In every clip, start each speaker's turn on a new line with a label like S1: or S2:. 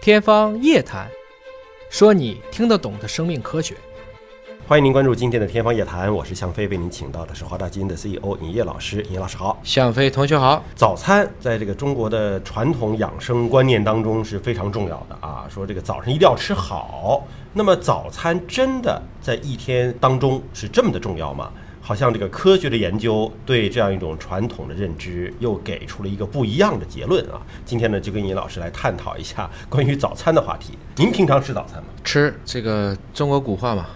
S1: 天方夜谭，说你听得懂的生命科学。
S2: 欢迎您关注今天的《天方夜谭》，我是向飞，为您请到的是华大基因的 CEO 尹烨老师。尹烨老师好。
S1: 向飞同学好，
S2: 早餐在这个中国的传统养生观念当中是非常重要的啊，说这个早上一定要吃好。那么早餐真的在一天当中是这么的重要吗？好像这个科学的研究对这样一种传统的认知又给出了一个不一样的结论啊。今天呢，就跟尹老师来探讨一下关于早餐的话题。您平常吃早餐吗？
S1: 吃这个中国古话嘛，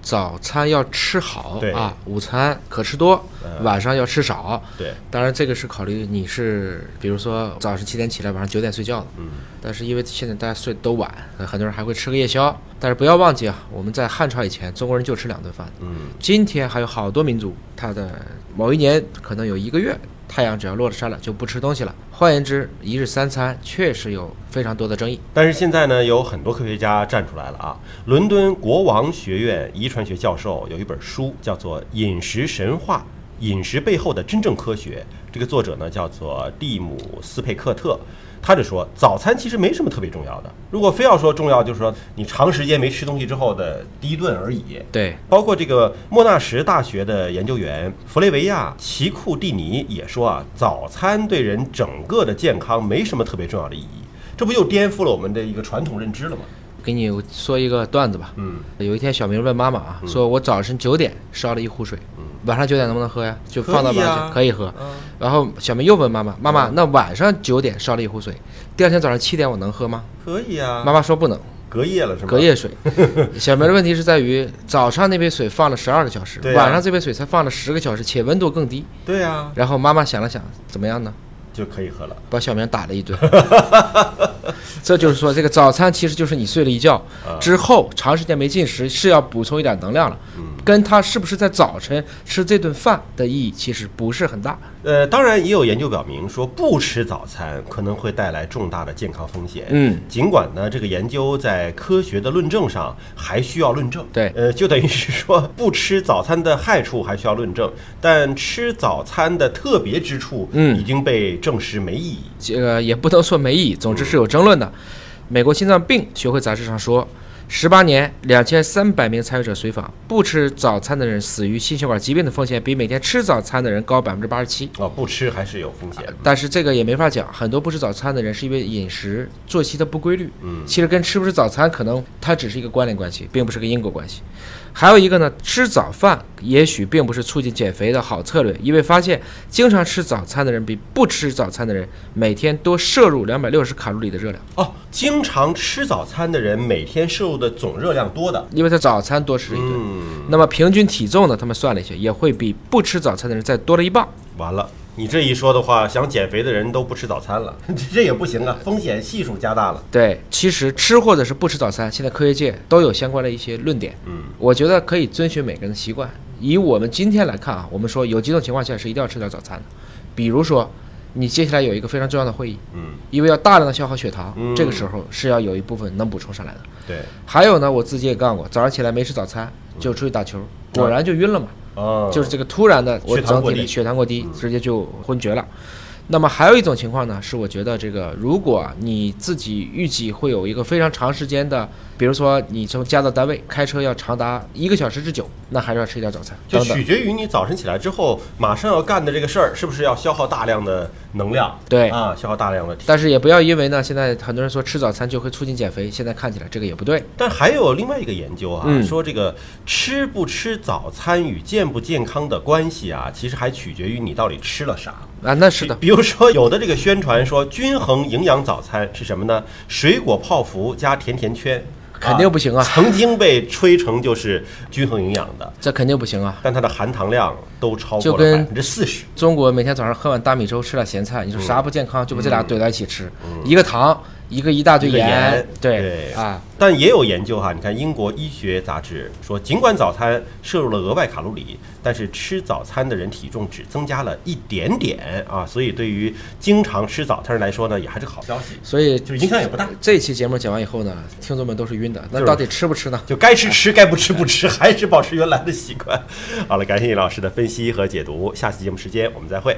S1: 早餐要吃好
S2: 对
S1: 啊，午餐可吃多，
S2: 嗯
S1: 晚上要吃少。
S2: 对，
S1: 当然，这个是考虑你是，比如说早上七点起来，晚上九点睡觉的。
S2: 嗯，
S1: 但是因为现在大家睡都晚，呃很多人还会吃个夜宵。但是不要忘记啊，我们在汉朝以前，中国人就吃两顿饭。
S2: 嗯，
S1: 今天还有好多民族，他的某一年可能有一个月，太阳只要落了山了就不吃东西了。换言之，一日三餐确实有非常多的争议。
S2: 但是现在呢，有很多科学家站出来了啊！伦敦国王学院遗传学教授有一本书叫做《饮食神话：饮食背后的真正科学》，这个作者呢叫做蒂姆斯佩克特。他就说，早餐其实没什么特别重要的。如果非要说重要，就是说你长时间没吃东西之后的第一顿而已。
S1: 对，
S2: 包括这个莫纳什大学的研究员弗雷维亚奇库蒂尼也说啊，早餐对人整个的健康没什么特别重要的意义。这不又颠覆了我们的一个传统认知了吗？
S1: 给你说一个段子吧。
S2: 嗯，
S1: 有一天，小明问妈妈啊，说我早晨九点烧了一壶水，晚上九点能不能喝呀？就放到晚上
S2: 嗯可
S1: 可以喝。
S2: 嗯
S1: 然后小明又问妈妈，妈妈，那晚上九点烧了一壶水，第二天早上七点我能喝吗？
S2: 可以啊，
S1: 妈妈说不能，
S2: 隔夜了是吗？
S1: 隔夜 水。小明的问题是在于，早上那杯水放了十二个小时，
S2: 对啊
S1: 晚上这杯水才放了十个小时，且温度更低。
S2: 对啊，
S1: 然后妈妈想了想，怎么样呢？
S2: 就可以喝了。
S1: 把小明打了一 顿。这就是说，这个早餐其实就是你睡了一觉
S2: 啊
S1: 之后，长时间没进食是要补充一点能量了，
S2: 嗯
S1: 跟他是不是在早晨吃这顿饭的意义其实不是很大。
S2: 呃，当然也有研究表明说，不吃早餐可能会带来重大的健康风险。
S1: 嗯，
S2: 尽管呢，这个研究在科学的论证上还需要论证。
S1: 对
S2: 呃，就等于是说，不吃早餐的害处还需要论证，但吃早餐的特别之处，嗯，已经被证实没意义。
S1: 这个也不能说没意义，总之是有争论的。美国心脏病学会杂志上说，十八年两千三百名参与者随访，不吃早餐的人死于心血管疾病的风险比每天吃早餐的人高百分之八十七。
S2: 啊、不吃还是有风险。
S1: 但是这个也没法讲，很多不吃早餐的人是因为饮食作息的不规律，嗯，其实跟吃不吃早餐可能它只是一个关联关系，并不是个因果关系。还有一个呢，吃早饭也许并不是促进减肥的好策略，因为发现经常吃早餐的人比不吃早餐的人每天多摄入两百六十卡路里的热量，
S2: 哦，经常吃早餐的人，每天摄入的总热量多的，
S1: 因为他早餐多吃了一顿。
S2: 嗯，
S1: 那么平均体重呢？他们算了一下，也会比不吃早餐的人再多了一磅。
S2: 完了。你这一说的话，想减肥的人都不吃早餐了， 这也不行啊，风险系数加大了。
S1: 对，其实吃或者是不吃早餐，现在科学界都有相关的一些论点。
S2: 嗯，
S1: 我觉得可以遵循每个人的习惯。以我们今天来看啊，我们说有几种情况下是一定要吃点早餐的，比如说你接下来有一个非常重要的会议，
S2: 嗯，
S1: 因为要大量的消耗血糖，
S2: 嗯
S1: 这个时候是要有一部分能补充上来的。
S2: 对，
S1: 还有呢，我自己也干过，早上起来没吃早餐就出去打球，
S2: 嗯
S1: 果然就晕了嘛。
S2: 哦，
S1: 就是这个突然的，我
S2: 血糖
S1: 整
S2: 过
S1: 体的
S2: 低嗯
S1: 血糖过低，直接就昏厥了。那么还有一种情况呢，是我觉得这个，如果你自己预计会有一个非常长时间的，比如说你从家到单位开车要长达一个小时之久，那还是要吃一点早餐。
S2: 就
S1: 等等，
S2: 取决于你早晨起来之后马上要干的这个事儿，是不是要消耗大量的能量？
S1: 对
S2: 啊，消耗大量的体。
S1: 但是也不要因为呢，现在很多人说吃早餐就会促进减肥，现在看起来这个也不对。
S2: 但还有另外一个研究啊，
S1: 嗯
S2: 说这个吃不吃早餐与健不健康的关系啊，其实还取决于你到底吃了啥。
S1: 啊，那是的，
S2: 比如说有的这个宣传说均衡营养早餐是什么呢？水果泡芙加甜甜圈，
S1: 肯定不行啊
S2: 曾经被吹成就是均衡营养的，
S1: 这肯定不行啊。
S2: 但它的含糖量都超
S1: 就
S2: 过了
S1: 跟
S2: 百分之四十。
S1: 中国每天早上喝碗大米粥，吃点咸菜，你说
S2: 嗯
S1: 啥不健康，就把这俩怼到一起吃，一个糖，一个一大堆
S2: 一个盐
S1: 对
S2: 对
S1: 啊，
S2: 但也有研究哈，你看英国医学杂志说，尽管早餐摄入了额外卡路里，但是吃早餐的人体重只增加了一点点啊，所以对于经常吃早餐人来说呢，也还是个好消息，
S1: 所以
S2: 就影响也不大，
S1: 这期节目讲完以后呢，听众们都是晕的，那
S2: 就是
S1: 到底吃不吃呢？
S2: 就该吃吃，该不吃不吃，还是保持原来的习惯。好了，感谢尹老师的分析和解读，下期节目时间我们再会。